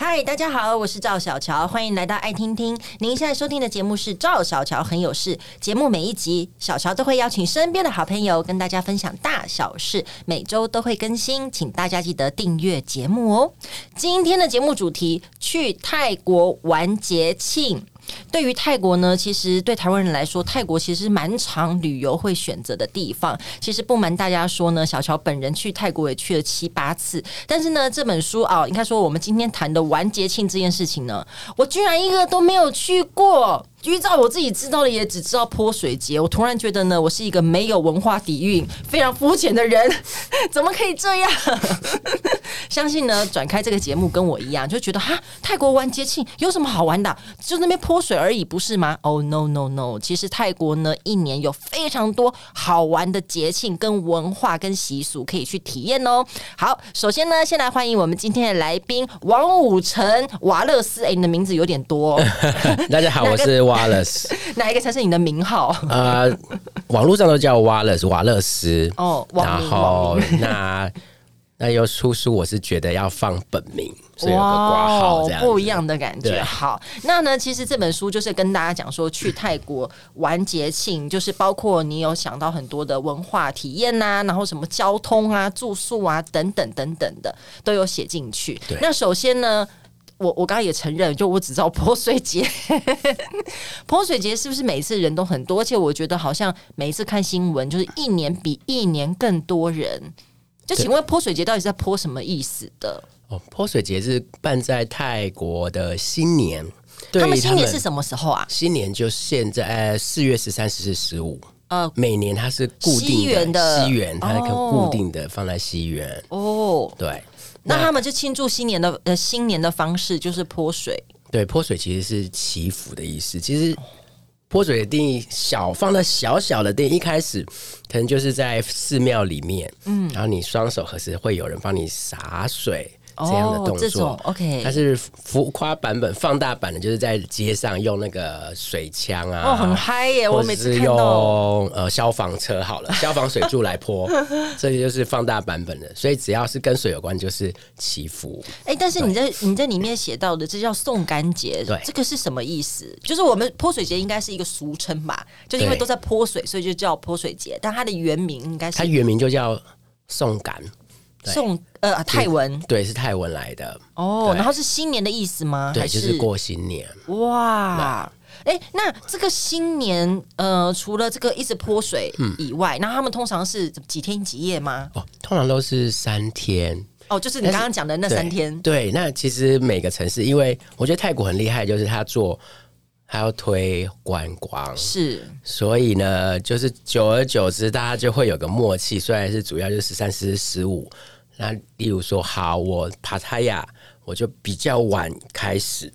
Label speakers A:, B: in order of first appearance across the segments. A: 嗨，大家好，我是赵小乔，欢迎来到爱听听。您现在收听的节目是《赵小乔很有事》，节目每一集小乔都会邀请身边的好朋友跟大家分享大小事，每周都会更新，请大家记得订阅节目哦。今天的节目主题：去泰国玩节庆。对于泰国呢，其实对台湾人来说，泰国其实蛮常旅游会选择的地方。其实不瞒大家说呢，小乔本人去泰国也去了七八次。但是呢，这本书啊、应该说我们今天谈的完节庆这件事情呢，我居然一个都没有去过。依照我自己知道的，也只知道泼水节。我突然觉得呢，我是一个没有文化底蕴、非常肤浅的人， 怎么可以这样？相信呢，转开这个节目跟我一样，就觉得哈，泰国玩节庆有什么好玩的啊、就那边泼水而已，不是吗？Oh no no no！其实泰国呢，一年有非常多好玩的节庆、跟文化、跟习俗可以去体验哦。好，首先呢，先来欢迎我们今天的来宾王武成瓦勒斯。哎、你的名字有点多、哦，
B: 大家好，我是 Wallace，
A: 哪一个才是你的名号？
B: 呃，网络上都叫我 Wallace 瓦勒斯，
A: 哦，网
B: 然
A: 名网
B: 后
A: 名。
B: 那那又出书，我是觉得要放本 名，所以有个挂
A: 哇
B: 号
A: 哦
B: 这，样
A: 不一
B: 子
A: 样的感觉。
B: 对
A: 好，那呢，其实这本书就是跟大家讲说，去泰国玩节庆，就是包括你有想到很多的文化体验呐、然后什么交通啊、住宿啊等等等等的，都有写进去
B: 对。
A: 那首先呢。我我刚刚也承认，就我只知道 泼水节，泼水节是不是每次人都很多？而且我觉得好像每一次看新闻，就是一年比一年更多人。就请问泼水节到底是在泼什么意思的？
B: 哦，泼水节是办在泰国的新年，对
A: 他们新年
B: 他
A: 是
B: 们
A: 什么时候啊？
B: 新年就现在呃四月十三、十四、十五。
A: 呃
B: 每年它是固定
A: 西元的
B: 西元，它可
A: 哦
B: 固定的放在西元。
A: 哦，
B: 对
A: 那他们就庆祝新年的呃新年的方式就是泼水
B: 对，泼水其实是祈福的意思。其实泼水的定义小，放在小小的定义，一开始可能就是在寺庙里面，嗯，然后你双手合十，会有人帮你洒水。这样的
A: 哦
B: 动
A: 这
B: 作、
A: 种，OK
B: 它是浮夸版本、放大版的，就是在街上用那个水枪啊，
A: 哦，很嗨耶！我
B: 或
A: 每
B: 者
A: 次
B: 是
A: 看
B: 用
A: 到
B: 呃消防车好了，消防水柱来 泼，这就是放大版本的。所以只要是跟水有关，就是祈福。
A: 哎，但是你在你在里面写到的这叫送干节
B: 对，
A: 这个是什么意思？就是我们泼水节应该是一个俗称吧，就是因为
B: 对
A: 都在泼水，所以就叫泼水节，但它的原名应该
B: 它
A: 是
B: 原名就叫送感，对
A: 送呃泰文
B: 对，是泰文来的，
A: 哦，
B: 对
A: 然后是新年的意思吗？
B: 对，
A: 还
B: 就是过新年。
A: 哇！哎、那这个新年，呃，除了这个一直泼水以外，那他们通常是几天几夜吗？
B: 哦，通常都是三天。
A: 哦，就是你刚刚讲的那
B: 对
A: 三天，
B: 对，那其实每个城市，因为我觉得泰国很厉害，就是它做，它要推观光，
A: 是
B: 所以呢，就是久而久之，大家就会有个默契。虽然是主要就是十三、十四、十五，那例如说，好，我帕塔亚，我就比较晚开始，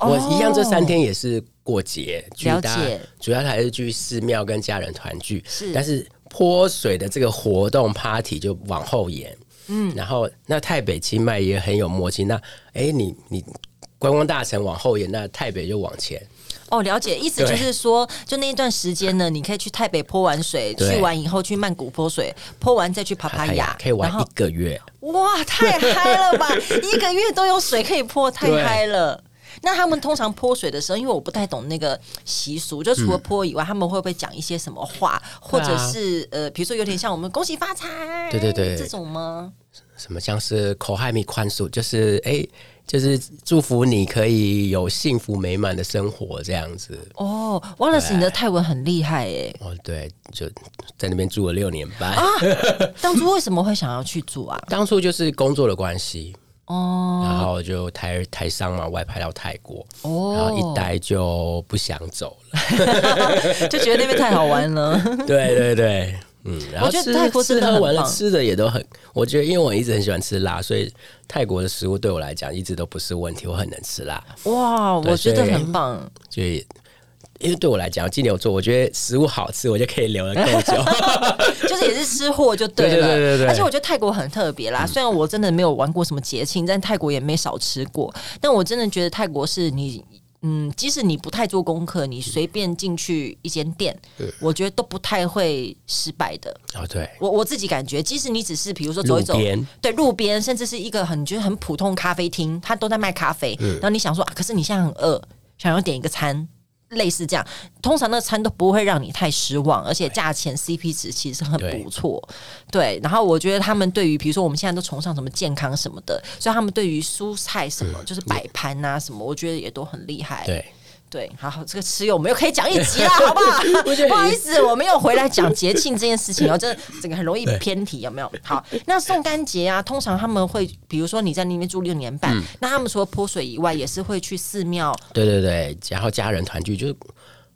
A: 哦
B: 我一样这三天也是过节，去
A: 了
B: 大
A: 解
B: 主要还是去寺庙跟家人团聚，
A: 是
B: 但是泼水的这个活动 party 就往后延。嗯，然后那太北清迈也很有默契。那哎，你你观光大城往后延，那太北就往前。
A: 哦，了解。意思就是说，就那一段时间呢，你可以去泰北泼完水，
B: 对
A: 去完以后去曼谷泼水，泼完再去帕帕亚
B: 哎呀，可以玩
A: 然
B: 一
A: 后
B: 个月。
A: 哇，太嗨 了吧！一个月都有水可以泼，太
B: 对
A: 嗨了。那他们通常泼水的时候，因为我不太懂那个习俗，就
B: 嗯
A: 除了泼以外，他们会不会讲一些什么话，
B: 啊
A: 或者是呃，比如说有点像我们“恭喜发财”
B: 对对对
A: 这种吗？
B: 什么像是口嗨米宽恕，就是哎、就是祝福你可以有幸福美满的生活这样子。
A: 哦，忘了是你的泰文很厉害哎、
B: 哦，对，就在那边住了六年半。
A: 哦当初为什么会想要去做啊？
B: 当初就是工作的关系，
A: 哦
B: 然后就台台商嘛，外派到泰国，然后一
A: 哦，
B: 待就不想走了。
A: 就觉得那边太好玩了。
B: 对对对，嗯，然后
A: 我觉得
B: 吃
A: 泰国真
B: 吃
A: 的
B: 喝
A: 很
B: 玩乐
A: 棒
B: 吃的也都很，我觉得因为我一直很喜欢吃辣，所以泰国的食物对我来讲一直都不是问题，我很能吃辣。
A: 哇，
B: 对
A: 我觉得
B: 所以
A: 很棒。
B: 所以，因为对我来讲，金牛座，我觉得食物好吃，我就可以留得够 久。
A: 就是也是吃货就对了，
B: 对对对对对嗯
A: 而且我觉得泰国很特别啦，虽然我真的没有玩过什么节庆，但泰国也没少吃过。但我真的觉得泰国是你。嗯，即使你不太做功课，你随便进去一间店，我觉得都不太会失败的。
B: 哦，对，
A: 我我自己感觉，即使你只是比如说走一走
B: 路边，
A: 对路边，甚至是一个很你觉得很普通的咖啡厅，它都在卖咖啡，
B: 嗯
A: 然后你想说啊，可是你现在很饿，想要点一个餐。类似这样，通常那餐都不会让你太失望，而且价钱 CP 值其实很
B: 对
A: 不错。对，然后我觉得他们对于比如说我们现在都崇尚什么健康什么的，所以他们对于蔬菜什
B: 嗯
A: 么、就是摆盘啊什么，我觉得也都很厉害。
B: 对，
A: 对，好，这个吃肉我们又可以讲一 集了，好不好？不好意思，我们又回来讲节庆这件事 情哦，真的整个很容易偏题，有没有？好，那宋干节啊，通常他们会，比如说你在那边住六年半，
B: 嗯
A: 那他们除了泼水以外，也是会去寺庙，
B: 对对对，然后家人团聚就是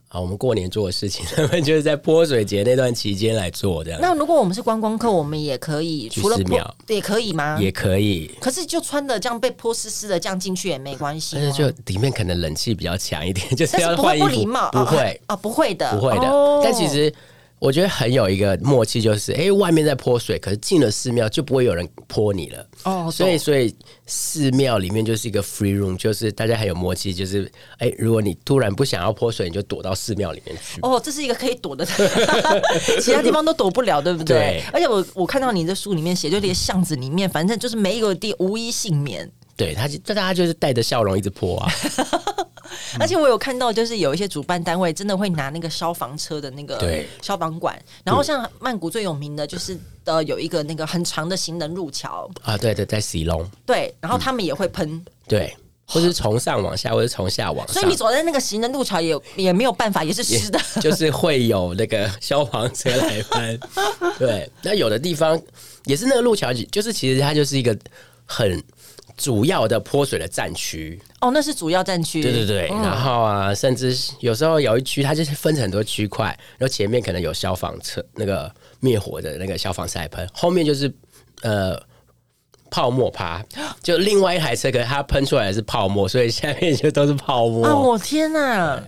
B: 啊，我们过年做的事情，他们就是在泼水节那段期间来做这样，
A: 那如果我们是观光客，我们也可以
B: 去
A: 除了
B: 寺
A: 泼
B: 庙
A: 也可以吗？
B: 也可以。
A: 可是就穿的这样被泼湿湿的这样进去也没关系
B: 但
A: 吗，
B: 是呃就里面可能冷气比较强一 点，就是
A: 但
B: 要
A: 是不会
B: 换衣
A: 不
B: 服，
A: 礼貌，
B: 不会，
A: 啊，不会的，
B: 不会的。
A: 哦
B: 但其实我觉得很有一个默契，就是哎、诶外面在泼水，可是进了寺庙就不会有人泼你了。
A: 哦，
B: 所以，
A: 懂
B: 所以寺庙里面就是一个 free room，就是大家很有默契，就是哎、诶如果你突然不想要泼水，你就躲到寺庙里面去。
A: 哦，这是一个可以躲的， 其他地方都躲不了，对不对？
B: 对
A: 而且我我看到你这书里面写，就连巷子里面，反正就是每一个地无一幸免。
B: 对，他就大家就是带着笑容一直泼啊。嗯
A: 而且我有看到，就是有一些主办单位真的会拿那个消防车的那个
B: 对
A: 消防管，然后像曼谷最有名的就是呃有一个那个很长的行人路桥，
B: 啊，对对，在洗龙，
A: 对，然后他们也会喷，
B: 嗯对，或是从上往下，或是从下往上，
A: 所以你走在那个行人路桥也也没有办法，也是湿 的。
B: 就是会有那个消防车来 喷。对，那有的地方也是那个路桥，就是其实它就是一个很主要的泼水的战区。
A: 哦，那是主要战区，哦
B: 对对对，然后啊，甚至有时候有一区，它就是分成很多区块，然后前面可能有消防车那个灭火的那个消防车来喷，后面就是呃。泡 沫趴，就另外一台车，可是它喷出来的是泡沫，所以下面就都是泡沫。
A: 啊，我天哪、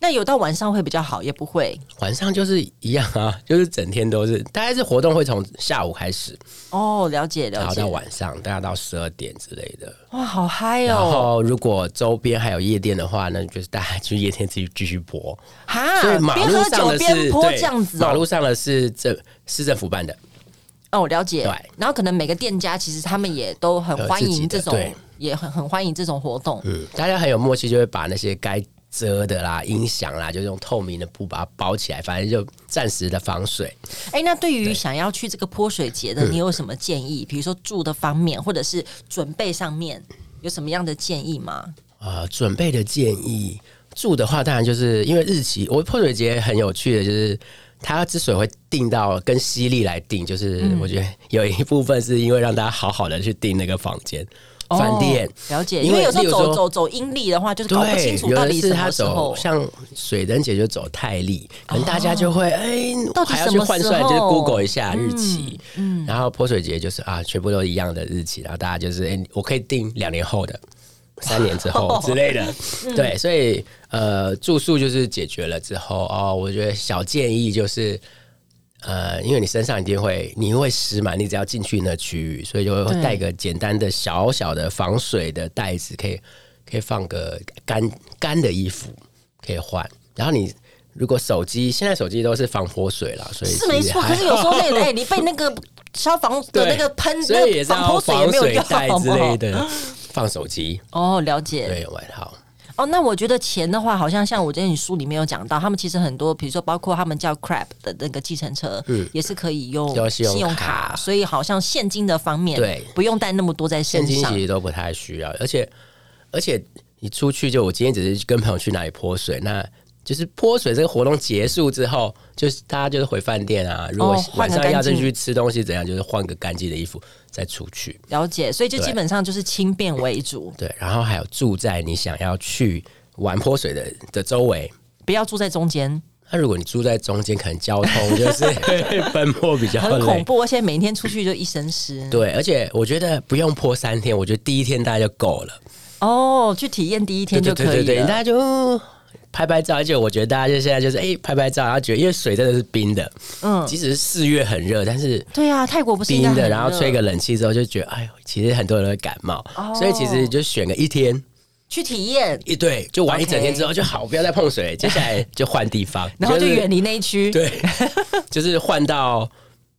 A: 那有到晚上会比较好，也不会
B: 晚上就是一样啊， 就是整天都是，大概是活动会从下午开始，
A: 哦，了解哦
B: 然
A: 了
B: 后
A: 解
B: 到。晚上，大概到十二点之类的。
A: 哇，好嗨
B: 然
A: 哦！
B: 后如果周边还有夜店的话，那就是大家去夜店自己继续播。
A: 哈，
B: 所以马
A: 边
B: 路
A: 喝
B: 上
A: 酒
B: 的
A: 边
B: 是
A: 泼
B: 对
A: 这样子
B: 马
A: 哦。
B: 路上的是政市政府办的，
A: 哦，了解。
B: 对
A: 然后可能每个店家其实他们也都很
B: 有
A: 欢
B: 自己
A: 迎
B: 的
A: 这种
B: 对，
A: 也很很欢迎这种活动。
B: 嗯，大家很有默契，就会把那些该遮的啦、音响啦，就用透明的布把它包起来，反正就暂时的防水。
A: 哎、那对于想要去这个泼水节的，你有什么建议？比如说住的方面，或者是准备上面，有什么样的建议吗？
B: 呃，准备的建议住的话，当然就是因为日期，我泼水节很有趣的，就是它之所以会定到跟犀利来定，就是
A: 嗯
B: 我觉得有一部分是因为让大家好好的去订那个房间、饭店。
A: 哦了解，
B: 因
A: 因
B: 为
A: 为有时候
B: 例如
A: 走
B: 说
A: 走走阴历的话，就是搞不
B: 对
A: 清，楚
B: 有
A: 到
B: 的
A: 底
B: 是
A: 什
B: 他
A: 么时候哦
B: 走，。像水灯节就走泰历，可能大家就会哎，
A: 到
B: 我
A: 底
B: 还要
A: 什
B: 去
A: 么
B: 换
A: 时
B: 算，就是
A: 候嗯
B: Google 一下日期。然后泼水节就是啊，全部都一样的日期，然后大家就是哎，我可以定两年后的。三年之后
A: 哦
B: 之类的，
A: 嗯
B: 对，所以呃，住宿就是解决了之后哦，我觉得小建议就是，呃，因为你身上一定会你会湿嘛，你只要进去那区域，所以就会
A: 对
B: 带个简单的小小的防水的袋子，可以可以放个干干的衣服可以换。然后你如果手机现在手机都是防泼水啦，所以
A: 是没
B: 其实
A: 错，
B: 还
A: 可是有时候那个，哎、你被那个消防的
B: 对
A: 那个喷，
B: 所
A: 那
B: 以
A: 个
B: 也是
A: 防泼
B: 要
A: 水也没有
B: 防水
A: 用，哦
B: 袋
A: 好
B: 之
A: 不好
B: 类的 放手机，
A: 哦，了解。
B: 对，外套。
A: 哦，那我觉得钱的话，好像像我之前书里面有讲到，他们其实很多，比如说包括他们叫 Crab 的那个计程车，也是可以用
B: 嗯要
A: 信
B: 信用
A: 用
B: 卡
A: 卡，所以好像现金的方面，
B: 对
A: 不用带那么多在身
B: 现金
A: 上
B: 其。实都不太需要，而且而且你出去就我今天只是跟朋友去哪里泼水，那就是泼水这个活动结束之后，就是大家就是回饭店啊，如果
A: 哦换
B: 晚
A: 个
B: 上要
A: 干
B: 再
A: 净
B: 去吃东西怎样，就是换个干净的衣服再出去。
A: 了解，所以就基本上就是轻便为主，
B: 对，然后还有住在你想要去玩泼水的的周围。
A: 不要住在中间，
B: 那如果你住在中间，可能交 通就是 奔波比较
A: 很恐
B: 累。
A: 怖，而且每天出去就一身湿。
B: 对，而且我觉得不用泼三天，我觉得第一天大家就够了。
A: 哦，去体验第一天就可以了。
B: 对对对对大家就嗯拍拍照，而且我觉得大家就现在就是哎、拍拍照，然后觉得因为水真的是冰的，
A: 嗯
B: 嗯，即使是四月很热，但是
A: 对啊，泰国不是应该
B: 冰的，
A: 很
B: 然后
A: 热哦
B: 吹个冷气之后就觉得哎呦，其实很多人会感冒，所以其实就选个一天。
A: 去体验，
B: 一对就玩一整天
A: OK
B: 之后就好，不要再碰水，接 下来就换地方，
A: 然后就是远离那一区。
B: 对，就是换到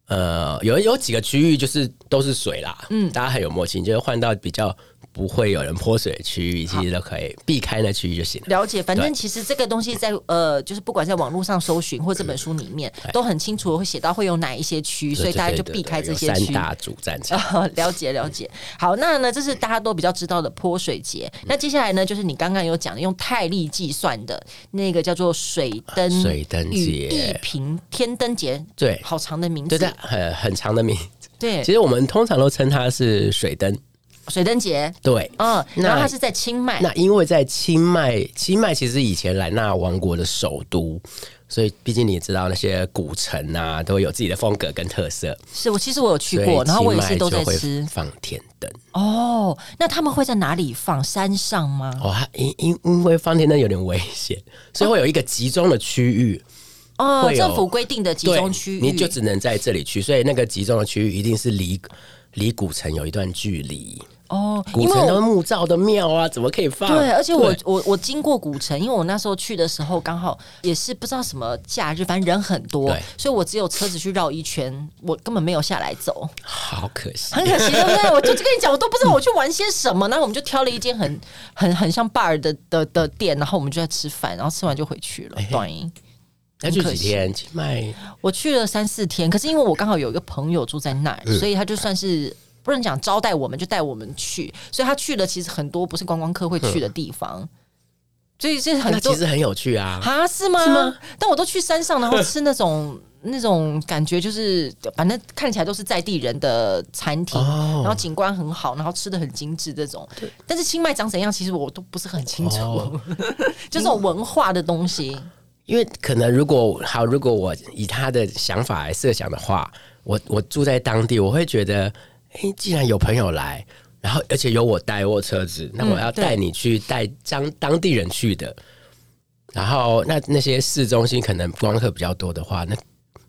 B: 呃，有有几个区域就是都是水啦，嗯，大家很有默契，你就是换到比较不会有人泼水的区域，其实都可以避开那区域就行了。
A: 了解，反正
B: 对
A: 其实这个东西在呃，就是不管在网络上搜寻或这本书里面，都很清楚地会写到会有哪一些区，所以大家
B: 对
A: 就
B: 对对
A: 避开这
B: 有
A: 些
B: 三
A: 区。
B: 大主战场。
A: 啊， 了解了解。好，那呢，这是大家都比较知道的泼水节。
B: 嗯
A: 那接下来呢，就是你刚刚有讲的用泰历计算的那个叫做水灯
B: 水灯节
A: 雨地平天灯节，
B: 对
A: 好长的名字
B: 对，，但很很长的名字，
A: 对
B: 其实我们通常都称它是水灯。
A: 水灯节，
B: 对，
A: 嗯，
B: 那
A: 然后它是在清迈，
B: 那因为在清迈，清迈其实以前兰纳王国的首都，所以毕竟你也知道那些古城啊，都有自己的风格跟特色。
A: 是我其实我有去
B: 所以
A: 过，然后我
B: 清
A: 也
B: 迈
A: 是都在
B: 就会
A: 吃
B: 放天灯。
A: 哦。那他们会在哪里放？山上吗？
B: 哦，它因因因为放天灯有点危险，所以会有一个集中的区域。
A: 哦，
B: 会有
A: 政府规定的集
B: 对
A: 中区域，
B: 你就只能在这里去，所以那个集中的区域一定是离离古城有一段距离。
A: 哦，
B: 古
A: 因为
B: 城
A: 我
B: 都木造的庙啊，怎么可以放？
A: 对，而且我
B: 对
A: 我我经过古城，因为我那时候去的时候刚好也是不知道什么假日，反正人很多
B: 对，
A: 所以我只有车子去绕一圈，我根本没有下来 走，
B: 好可惜。
A: 很可惜，对不对？我就跟你讲，我都不知道我去玩些什么，然后我们就挑了一间很很很像 bar 的的的店，然后我们就在吃饭，然后吃完就回去了。短音，
B: 要
A: 很
B: 去几
A: 可惜
B: 天？清迈
A: 我去了三四天，可是因为我刚好有一个朋友住在那儿，所以他就算是。不能讲招待我们，就带我们去，所以他去了其实很多不是观光客会去的地方，所以这很
B: 那
A: 多
B: 其实很有趣啊。
A: 啊，是吗？但我都去山上，然后吃那种那种感觉，就是反正看起来都是在地人的餐厅，
B: 哦
A: 然后景观很好，然后吃的很精致这种。但是清迈长怎样，其实我都不是很清楚，
B: 哦
A: 就这种文化的东西。
B: 因为可能如果好，如果我以他的想法来设想的话，我我住在当地，我会觉得，哎、既然有朋友来，然后而且有我带我车子，那我要
A: 嗯对
B: 带你去带当当地人去的。然后那那些市中心可能观光客比较多的话，那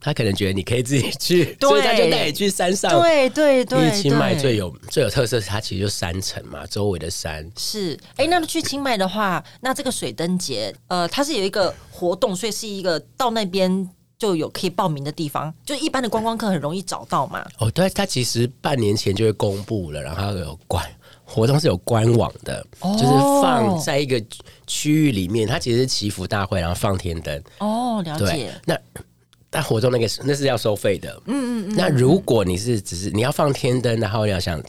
B: 他可能觉得你可以自己去，
A: 对
B: 所以他就带你去山上。
A: 对对
B: 因
A: 对
B: 为
A: 对，
B: 清迈最有最有特色，它其实就山城嘛，周围的山。
A: 是，哎、那去清迈的话，那这个水灯节，呃，它是有一个活动，所以是一个到那边就有可以报名的地方，就一般的观光客很容易找到嘛。
B: 哦，对，它其实半年前就会公布了，然后它有官活动是有官网的，
A: 哦
B: 就是放在一个区域里面，它其实是祈福大会，然后放天灯。
A: 哦，了
B: 对
A: 解。，
B: 那但活动那个是那是要收费的，嗯嗯嗯。那如果你是只是你要放天灯，然后你要想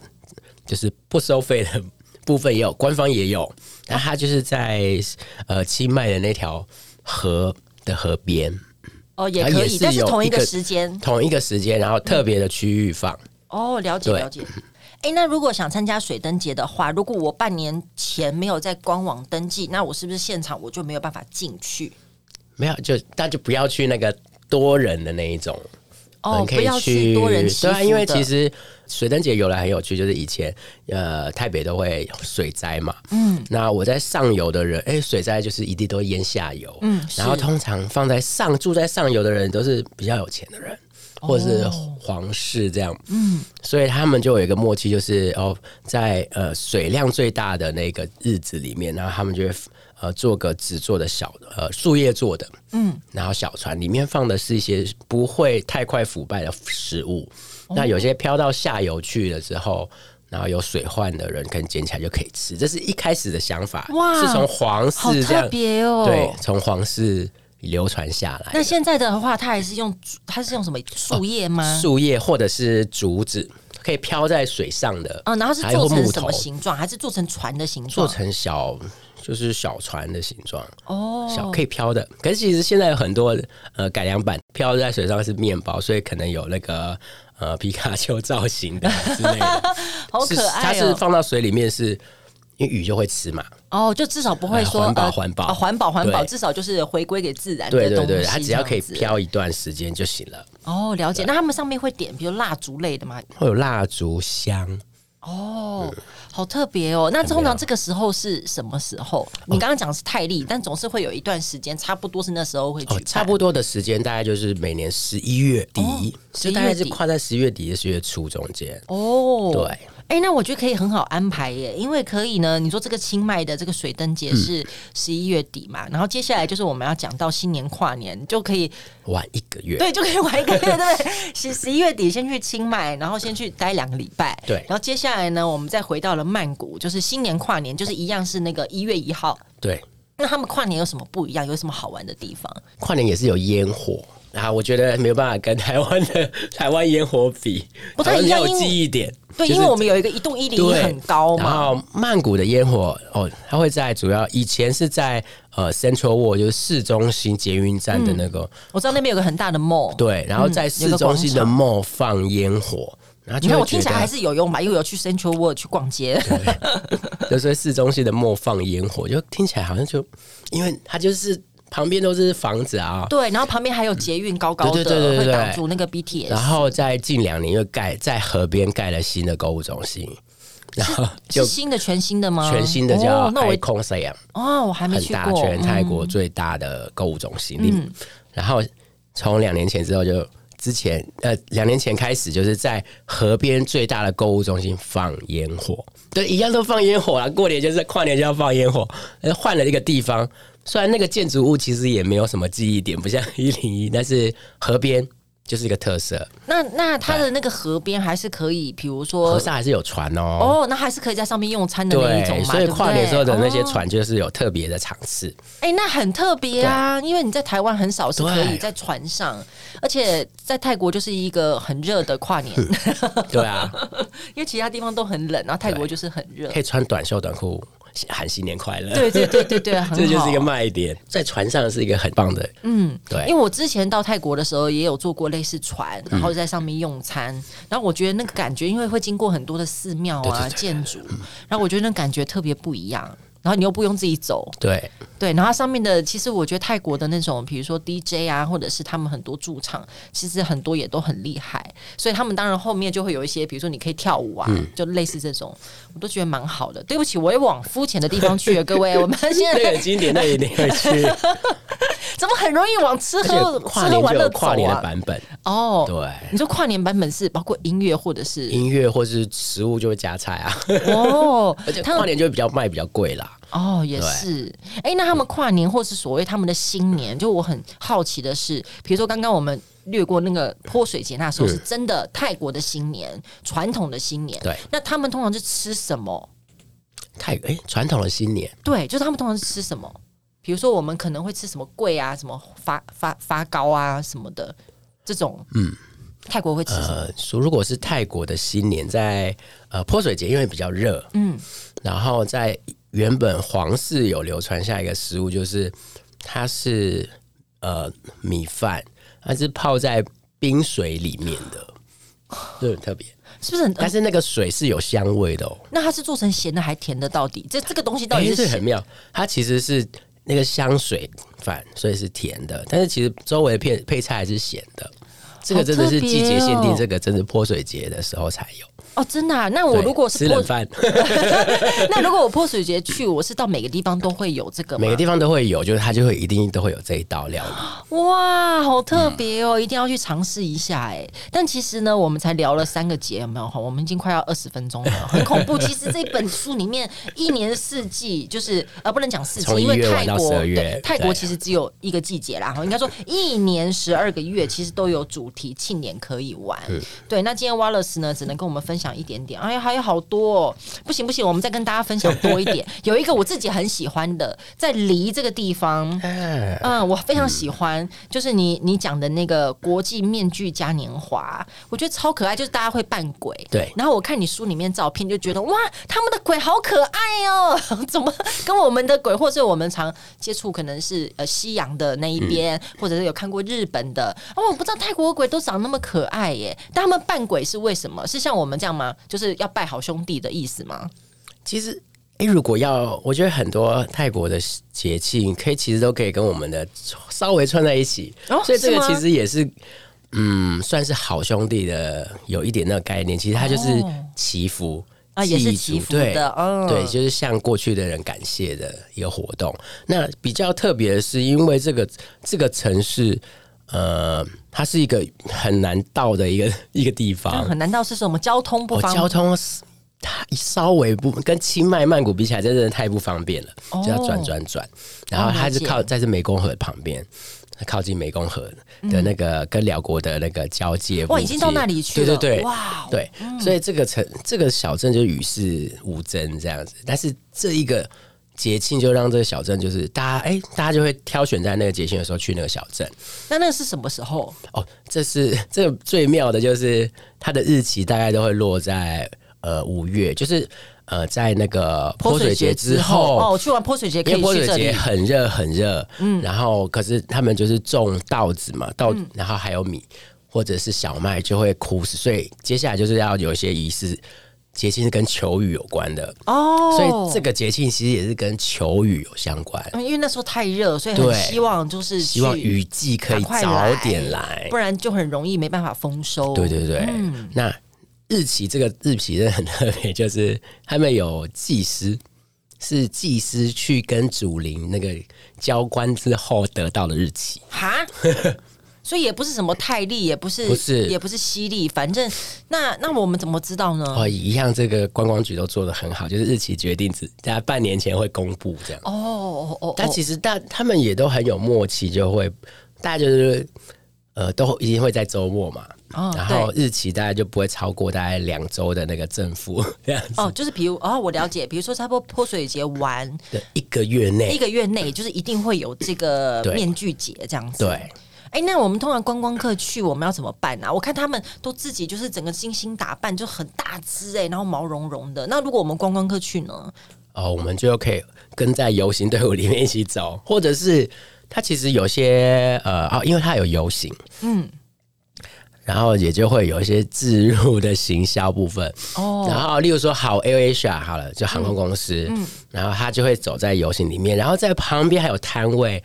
B: 就是不收费的部分也有， 官方也有，那它就是在呃清迈的那条河的河边。
A: 哦，也
B: 它
A: 可
B: 也
A: 以，
B: 是
A: 但是
B: 有
A: 同一
B: 一
A: 个
B: 个
A: 时间
B: 同一个时间，然后特别的区域放，
A: 哦，了解
B: 对
A: 了解。哎、那如果想参加水灯节的话，如果我半年前没有在官网登记，那我是不是现场我就没有办法进去？
B: 没有，就但就不要去那个多人的那一种。
A: 哦，
B: 你可
A: 不
B: 以
A: 要去多人祈
B: 对啊，
A: 福
B: 因为
A: 的
B: 其实水灯节由来很有趣，就是以前呃台北都会水灾嘛，嗯，那我在上游的人，哎、水灾就是一定都会淹下游，嗯，然后
A: 是
B: 通常放在上住在上游的人都是比较有钱的人。
A: 哦
B: 或者是皇室这样，嗯，所以他们就有一个默契，就是哦，在呃水量最大的那个日子里面，然后他们就会呃做个纸做的小呃树叶做的，嗯，然后小船里面放的是一些不会太快腐败的食物，
A: 哦
B: 那有些飘到下游去了之后。然后有水患的人，可能捡起来就可以吃。这是一开始的想法，
A: 哇
B: 是从皇
A: 好
B: 室这
A: 特
B: 样，
A: 别哦。
B: 对，从皇室流传下来。
A: 那现在的话，它还是用它是用什么树叶吗？
B: 树叶或者是竹子，可以飘在水上的。
A: 嗯、然后是
B: 还有
A: 做成
B: 木
A: 什
B: 头
A: 么，形状？还是做成船的形
B: 做
A: 状？
B: 成小就是小船的形状，
A: 哦，
B: 小可以飘的。可是其实现在有很多呃改良版飘在水上是面包，所以可能有那个呃皮卡丘造型的之类的，
A: 好
B: 是
A: 可
B: 它
A: 爱
B: 是
A: 哦。
B: 放到水里面是。因为鱼就会吃嘛，
A: 哦，就至少不会
B: 哎
A: 说
B: 环保
A: 呃
B: 环保
A: 啊环保环保，
B: 对
A: 至少就是回归给自然的
B: 对
A: 东西这
B: 对
A: 样子。
B: 对，它只要可以飘一段时间就行了。
A: 哦，了解。那他们上面会点，比如蜡烛类的吗？
B: 会有蜡烛香，嗯
A: 哦，好特别哦。那通常这个时候是什么时候？
B: 嗯
A: 你刚刚讲是泰利，但总是会有一段时间，差不多是那时候会
B: 哦
A: 举，
B: 差
A: 办。
B: 不多的时间大概就是每年十一月底，
A: 哦
B: 就大概
A: 11月
B: 是
A: 底
B: 跨在十一月底、十月初中间。
A: 哦，
B: 对
A: 哎、哎、那我觉得可以很好安排耶，因为可以呢。你说这个清迈的这个水灯
B: 嗯
A: 节是十一月底嘛，然后接下来就是我们要讲到新年跨年，就可以
B: 晚一个月。
A: 对，就可以玩一个月，对不对？十十一月底先去清迈，然后先去待两个礼拜，
B: 对
A: 然后接下来呢，我们再回到了曼谷，就是新年跨年，就是一样是那个一月一号。
B: 对，
A: 那他们跨年有什么不一样？有什么好玩的地方？
B: 跨年也是有烟火啊，我觉得没有办法跟台湾的 台湾烟火比，
A: 不太
B: 台湾
A: 一样
B: 有
A: 因为
B: 记忆点。
A: 对，
B: 就是
A: 因为我们有一个一栋一零一
B: 对
A: 很高
B: 然
A: 嘛，
B: 后曼谷的烟火哦，它会在主要以前是在呃 Central World，就是市中心捷运站的那个、
A: 我知道那边有个很大的 mall。，
B: 对，然后在市中心的
A: 有个
B: mall 放烟火，然后
A: 你
B: 就
A: 看
B: 会
A: 我听起来还
B: 觉
A: 是有用吧，因为我有去 Central World 去逛街。
B: 得，就是市中心的 mall 放烟火，就听起来好像就，因为它就是旁边都是房子啊。
A: 对，然后旁边还有捷运高高的，
B: 对对对对对
A: 会
B: 对
A: 挡住那个
B: 然
A: BTS。
B: 后在近两年又盖在河边盖了新的购物中心，然后就是
A: 新的、全新的吗？
B: 全新的叫
A: 哦那我
B: Icon Siam，、
A: 哦，我还没
B: 很
A: 去
B: 大，
A: 过。嗯
B: 全泰国最大的购物中心。嗯，然后从两年前之后就。之前呃，两年前开始就是在河边最大的购物中心放烟火，对，一样都放烟火啦。过年就是跨年就要放烟火，呃换了一个地方。虽然那个建筑物其实也没有什么记忆点，不像 一零一，但是河边就是一个特色。
A: 嗯那那它的那个河边还是可以，比如
B: 河
A: 说
B: 上还是有船哦，
A: 哦，那还是可以在上面用餐的那一种
B: 对，
A: 嘛，
B: 所以
A: 对不对
B: 跨年时候的那些
A: 哦
B: 船就是有特别的场 次。
A: 哎、那很特别啊，因为你在台湾很少是可以
B: 对
A: 在船上，而且在泰国就是一个很热的跨 年，
B: 对啊，
A: 因为其他地方都很冷，然后泰国就是很 热。
B: 可以穿短袖短裤喊新年快乐。
A: 对对对对对，很
B: 这就
A: 好
B: 是一个卖点，在船上是一个很棒的，嗯，对嗯
A: 因为，我之前到泰国的时候也有坐过类似船，然后在上面用餐，然后我觉得那个感觉，因为会经过很多的寺庙啊、建筑，然后我觉得那感觉特别不一样。然后你又不用自己走，
B: 对，
A: 对，然后它上面的其实我觉得泰国的那种，比如说 DJ 啊，或者是他们很多驻唱，其实很多也都很厉害，所以他们当然后面就会有一些，比如说你可以跳舞啊，
B: 嗯
A: 就类似这种，我都觉得蛮好的。对不起，我也往肤浅的地方去了，各 位，我们现
B: 那
A: 在
B: 个经典那一定会 去，
A: 怎么很容易往吃
B: 而且
A: 喝
B: 跨
A: 吃喝
B: 年
A: 玩
B: 就
A: 乐
B: 有
A: 走
B: 跨年的
A: 啊？
B: 版本，
A: 哦，
B: 对，
A: 你说跨年版本是包括音乐或者是
B: 音乐或是食物就会加菜啊，
A: 哦，
B: 而且
A: 他
B: 跨
A: 们
B: 年就会比较卖比较贵啦，
A: 哦也是，哎、那他们跨年或是所谓他们的新年，就我很好奇的是，比如说刚刚我们略过那个泼水节，那时候是真的泰国的新年，传统的新年，
B: 对，
A: 那他们通常是吃什么？
B: 泰哎传统的新年
A: 对，就是他们通常是吃什么？比如说我们可能会吃什么桂啊，什么发发发糕啊什么的，这种，嗯，泰国会吃什么？
B: 呃，说如果是泰国的新年，在呃泼水节因为比较热，嗯，然后在原本皇室有流传下一个食物，就是它是呃米饭，它是泡在冰水里面的， 就很特别。
A: 是不是很？
B: 但是那个水是有香味的哦，
A: 那它是做成咸的还甜的？到底这这个东嗯西到
B: 哎、
A: 底是
B: 这
A: 咸
B: 很妙。它其实是那个香水饭，所以是甜的，但是其实周围的配配菜还是咸的。这个真的是季节
A: 好特
B: 限
A: 别
B: 定，
A: 哦
B: 这个真的泼水节的时候才有。
A: 哦，真的、啊？那我
B: 对
A: 如果是
B: 吃
A: 泼
B: 冷，饭，
A: 那如果我泼水节去，我是到每个地方都会有这个吗
B: 每 个地方都会有，就是它就会一定都会有这一道料理。
A: 哇，好特别哦，
B: 嗯
A: 一定要去尝试一下哎。但其实呢，我们才聊了三个节，有没有？我们已经快要二十分钟了，很恐怖。其实这本书里面一年四季，就是呃，不能讲四季，
B: 从
A: 因为
B: 1月
A: 泰
B: 玩到
A: 国
B: 12月
A: 对泰国
B: 对
A: 其实只有一个季节啦，哈，应该说一年十二个月，其实都有主题庆典可以玩。对，那今天 Wallace 呢，只能跟我们分享一点点，哎呀，还有好多、哦，不行不行，我们再跟大家分享多一点。有一个我自己很喜欢的，在离这个地方。
B: 哎
A: 嗯，我非常喜欢，就是你你讲的那个国际面具嘉年华，我觉得超可爱，就是大家会扮鬼。
B: 对
A: 然后我看你书里面照片，就觉得哇，他们的鬼好可爱哦， 怎么跟我们的鬼，或是我们常接触可能是呃西洋的那一边，或者是有看过日本的，哦，我不知道泰国的鬼都长那么可爱耶，但他们扮鬼是为什么？是像我们这样吗？就是要拜好兄弟的意思吗？
B: 其实，哎、如果要，我觉得很多泰国的节庆，可以其实都可以跟我们的稍微串在一起，
A: 哦
B: 所以这
A: 是
B: 个
A: 吗
B: 其实也是。嗯，算是好兄弟的有一点那个概念，其实它就是祈福、
A: 哦啊，也是
B: 祭
A: 祈
B: 祖
A: 福的，嗯，
B: 对，就是向过去的人感谢的一个活动。那比较特别的是，因为这个这个城市，呃，它是一个很难到的一个 一个地方，
A: 很难道是什么交通不
B: 我
A: 方便？
B: 啊哦交通是太稍微不跟清迈曼谷比起来，真的太不方便了，
A: 哦
B: 就要转转转。然后
A: 哦
B: 它
A: 了
B: 是
A: 解
B: 靠在这湄公河旁边，靠近湄公河的那个、跟辽国的那个交界。
A: 哇，已经到那里去了，
B: 对对对，
A: 哇，，哦嗯
B: 对，所以这个城这个小镇就与世无争这样子，但是这一个节庆就让这个小镇就是大家哎、大家就会挑选在那个节庆的时候去那个小镇。
A: 那那是什么时候？
B: 哦，这是这个最妙的就是它的日期大概都会落在呃五月，就是呃在那个泼水节之后。
A: 哦，去完泼水节可
B: 因为
A: 以
B: 泼
A: 去
B: 水
A: 这
B: 节
A: 里，
B: 很热很热，嗯，然后可是他们就是种稻子嘛，稻，
A: 嗯
B: 然后还有米或者是小麦就会枯死，所以接下来就是要有一些仪式，节庆是跟求雨有关的，
A: 哦，
B: 所以这个节庆其实也是跟求雨有相关，
A: 嗯因为那时候太热，所以很
B: 对
A: 希望就是
B: 希望
A: 去
B: 雨季可
A: 赶
B: 以
A: 快
B: 早
A: 来
B: 点来
A: 不，然就很容易没办法丰收。
B: 对对对，
A: 嗯
B: 那日期这个日期真的很特别，就是他们有祭司，是祭司去跟祖灵那个交官之后得到的日期。
A: 哈，所以也不是什么泰利，也不是，
B: 不是
A: 也不是犀利，反正那那我们怎么知道呢？
B: 哦，一样，这个观光局都做得很好，就是日期决定只大概半年前会公布这样。
A: 哦哦哦，
B: 但其实大他们也都很有默契，就会大家就是呃，都一定会在周末嘛，
A: 哦
B: 然后日期大概就不会超过大概两周的那个正负这样子，
A: 哦，就是比如哦，我了解，比如说差不多泼水节完
B: 对，一个月内
A: 一，个月内，就是一定会有这个
B: 哎对
A: 面具节这样子。
B: 对。
A: 哎、那我们通常观光客去，我们要怎么办啊？我看他们都自己就是整个精心打扮，就很大只哎、然后毛茸茸的。那如果我们观光客去呢？
B: 哦，我们就可以跟在游行队伍里面一起走，或者是它其实有些呃哦，因为它有游行，嗯，然后也就会有一些置入的行销部分。
A: 哦嗯
B: 然后例如说好 Air Asia 啊好了，就航空公司，然后它就会走在游行里面，然后在旁边还有摊位，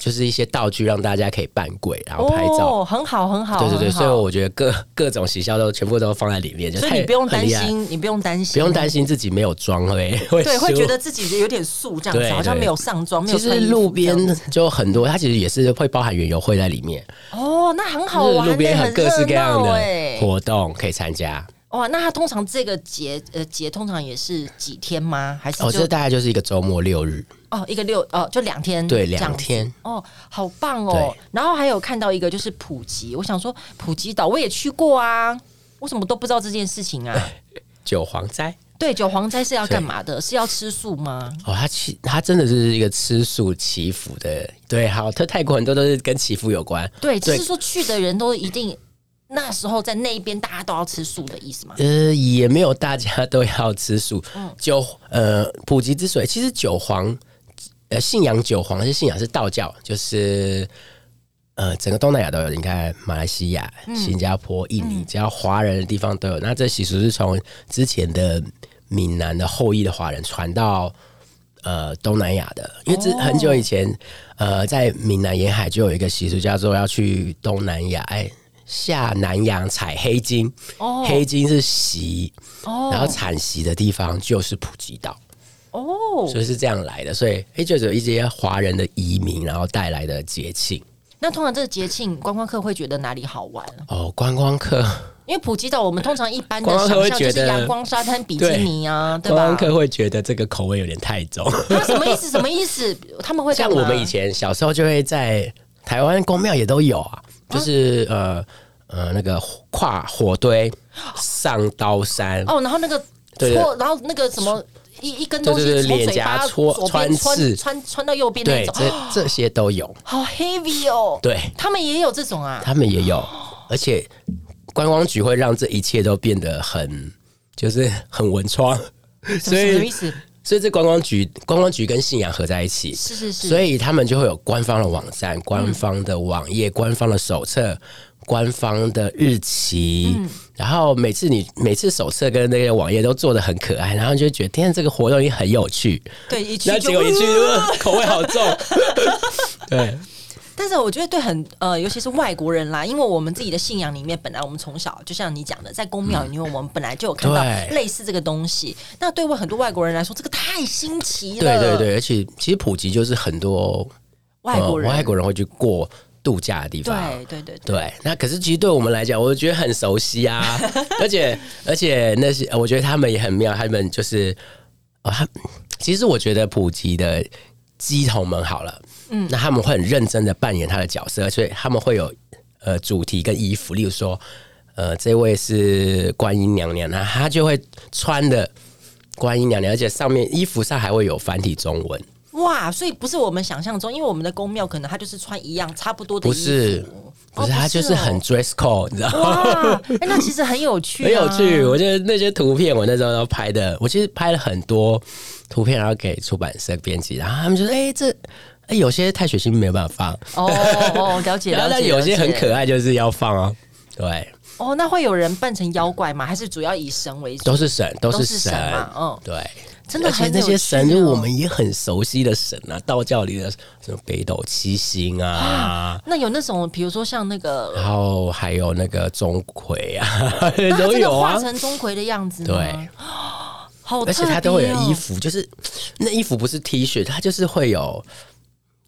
B: 就是一些道具让大家可以扮鬼，然后拍照。
A: 哦，很好很好，
B: 对对对，
A: 很好
B: 所以我觉得各各种行销都全部都放在里面，就
A: 所以
B: 太
A: 你不用
B: 很
A: 担
B: 厉害
A: 心，你不用担心，
B: 不用担心自己没有装会会
A: 对，会
B: 输
A: 觉得自己有点素这样
B: 对
A: 子，
B: 对
A: 好像没有上妆，没有
B: 其
A: 穿
B: 实
A: 衣服
B: 路
A: 这样
B: 边就很多，它其实也是会包含园游会在里面，
A: 哦，那很好
B: 就是
A: 玩、欸，
B: 路边很各式各样
A: 很热闹
B: 的
A: 欸
B: 活动可以参加。
A: 哇，那他通常这个节呃节通常也是几天吗？还是
B: 哦，
A: 就
B: 这大概就是一个周末六日，
A: 哦一个六哦就两天
B: 对
A: 这样
B: 两
A: 子
B: 天
A: 哦，好棒哦
B: 对。
A: 然后还有看到一个就是普吉，我想说普吉岛我也去过啊，我怎么都不知道这件事情啊？
B: 哎九皇斋。
A: 对，九皇斋是要干嘛
B: 哎
A: 的？是要吃素吗？
B: 哦，它其它真的是一个吃素祈福的，对，好，它泰国很多都是跟祈福有关。
A: 对，只是说去的人都一定那时候在那一边大家都要吃素的意思吗？
B: 呃，也没有大家都要吃素。九呃，普及之所以其实九皇呃信仰九皇是信仰是道教，就是呃整个东南亚都有，你看马来西亚、新加坡、印尼，只要华人的地方都有。那这习俗是从之前的闽南的后裔的华人传到。呃，东南亚的，因为之很久以前，呃，在闽南沿海就有一个习俗，叫做要去东南亚，哎、下南洋采黑金，
A: 哦
B: 黑金是席，
A: 哦
B: 然后产席的地方就是普吉岛，
A: 哦，
B: 所以是这样来的。所以，哎，就有一些华人的移民，然后带来的节庆。
A: 那通常这个节庆，观光客会觉得哪里好玩？
B: 哦，观光客，
A: 因为普吉岛我们通常一般的
B: 观
A: 想
B: 光客会
A: 象就
B: 觉
A: 是
B: 得
A: 阳光、沙滩、比基尼啊，对
B: 观光
A: 吧？
B: 客会觉得这个口味有点太重。
A: 那什么意思？什么意思？他们会干
B: 像
A: 嘛
B: 我们以前小时候就会在台湾公庙也都有啊，就是、呃呃那个跨火堆、上刀山，
A: 哦，然后那个
B: 对
A: 搓，然后那个什么一一根东西
B: 对对对
A: 从
B: 脸
A: 嘴
B: 颊
A: 巴
B: 搓
A: 左边
B: 穿
A: 穿
B: 刺
A: 穿穿到右边那
B: 对，
A: 种，
B: 这这些都有。
A: 好 heavy 哦。，
B: 对，
A: 他们也有这种啊。
B: 他们也有，而且观光局会让这一切都变得很，就是很文创，
A: 什么
B: 所
A: 什么意
B: 以
A: 思？
B: 所以这观光局观光局跟信仰合在一起，
A: 是是嗯是。
B: 所以他们就会有官方的网站、官方的网页、官方的手册、官方的日期。
A: 嗯
B: 然后每次你每次手册跟那个网页都做的很可爱，然后你就觉得天啊，这个活动也很有趣。
A: 对一去
B: 然后
A: 就
B: 结果一去，呃口味好 重。对，
A: 但是我觉得对很呃，尤其是外国人啦，因为我们自己的信仰里面，本来我们从小就像你讲的，在宫庙里面，我们本来就有看到
B: 对
A: 类似这个东西。那对我很多外国人来说，这个太新奇了。
B: 对对，对，而且其实普及就是很多
A: 外国人、
B: 哦呃、外国人会去过度假的地方。
A: 对对对对，
B: 对，那可是其实对我们来讲，我觉得很熟悉 啊，而且而且那些，呃我觉得他们也很妙，他们就是哦，他其实我觉得普及的鸡童们好了，嗯，那他们会很认真的扮演他的角色，所以他们会有呃主题跟衣服，例如说呃这位是观音娘娘，那她就会穿的观音娘娘，而且上面衣服上还会有繁体中文，
A: 哇，所以不是我们想象中，因为我们的宫庙可能它就是穿一样差不多的衣
B: 不
A: 服，
B: 是。不是，
A: 哦
B: 她就是很 dress code，你知道吗？
A: 哇，哎那其实很有趣、啊，
B: 很有趣，我觉得那些图片我那时候都拍的，我其实拍了很多图片，然后给出版社编辑，然后他们就说：“哎、这、哎有些太血腥没有办法放，
A: 哦哦，哦了解
B: 然
A: 了
B: 后
A: 解。
B: 但有些很可
A: 了解
B: 爱，就是要放哦。”对，
A: 哦，那会有人扮成妖怪吗？还是主要以神为主？
B: 都是神，都
A: 都
B: 是
A: 是
B: 神，
A: 神嘛嗯
B: 对。
A: 真的
B: 而且
A: 很有
B: 那
A: 趣
B: 些神，
A: 哦
B: 就是我们也很熟悉的神啊，道教里的什么北斗七 星啊，
A: 那有那种，比如说像那个，
B: 然后还有那个钟馗啊，
A: 那他真
B: 都
A: 的
B: 有啊
A: 化。成钟馗的样子吗？
B: 对，
A: 好特
B: 而
A: 别、
B: 且
A: 哦，
B: 它都会有衣服，就是那衣服不是 T 恤，它就是会有，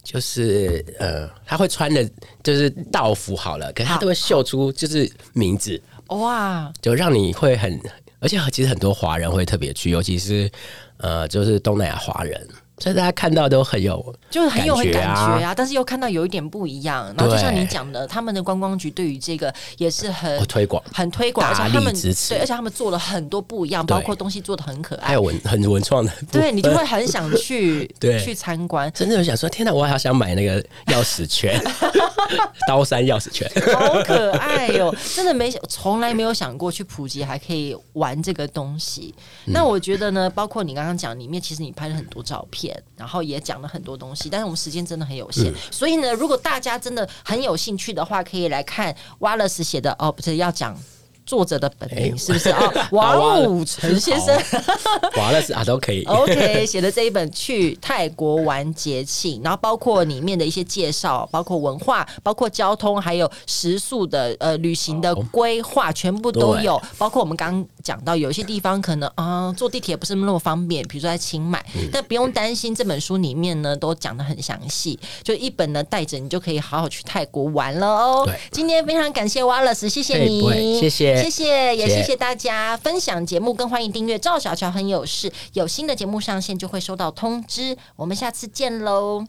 B: 就是呃，他会穿的就是道服好了，可是他
A: 好
B: 都会秀出就是名字，
A: 哇，
B: 就让你会很，而且其实很多华人会特别去，尤其是呃，就是东南亚华人，所以大家看到都很有，
A: 就是很有很
B: 感
A: 感
B: 觉啊
A: 觉啊，但是又看到有一点不一样。然后就像
B: 对
A: 你讲的，他们的观光局对于这个也是很
B: 哦推广
A: 很推广，而
B: 大
A: 且
B: 力
A: 他们
B: 支持
A: 对，而且他们做了很多不一样，
B: 对
A: 包括东西做的很可
B: 还
A: 爱
B: 有，文很文创的，
A: 对你就会很想去
B: 对
A: 去参观。
B: 真的有想说，天哪，我好想买那个钥匙圈， 刀山钥匙圈，
A: 好可爱哟、 真的没从来没有想过去普及还可以玩这个东西。
B: 嗯
A: 那我觉得呢，包括你刚刚讲里面，其实你拍了很多照片，然后也讲了很多东西，但是我们时间真的很有限，
B: 嗯
A: 所以呢，如果大家真的很有兴趣的话，可以来看 Wallace 写的哦，不是要讲。作者的本名
B: 哎
A: 是不是 啊？哦
B: 哇
A: 王武成先生，哦
B: 瓦勒斯啊 都可以。
A: OK，写的这一本去泰国玩节庆，然后包括里面的一些介绍，包括文化，包括交通，还有食宿的呃旅行的规划，全部都有。包括我们刚刚讲到，有一些地方可能啊、坐地铁不是那么方便，比如说在清迈，
B: 嗯
A: 但不用担心，这本书里面呢都讲的很详细，就一本呢带着你就可以好好去泰国玩了哦
B: 对。
A: 今天非常感谢 Wallace，谢谢
B: 哎不会
A: 你，
B: 谢谢
A: 谢谢，也
B: 谢谢
A: 谢谢大家分享节目，更欢迎订阅赵小乔很有事，有新的节目上线就会收到通知。我们下次见喽，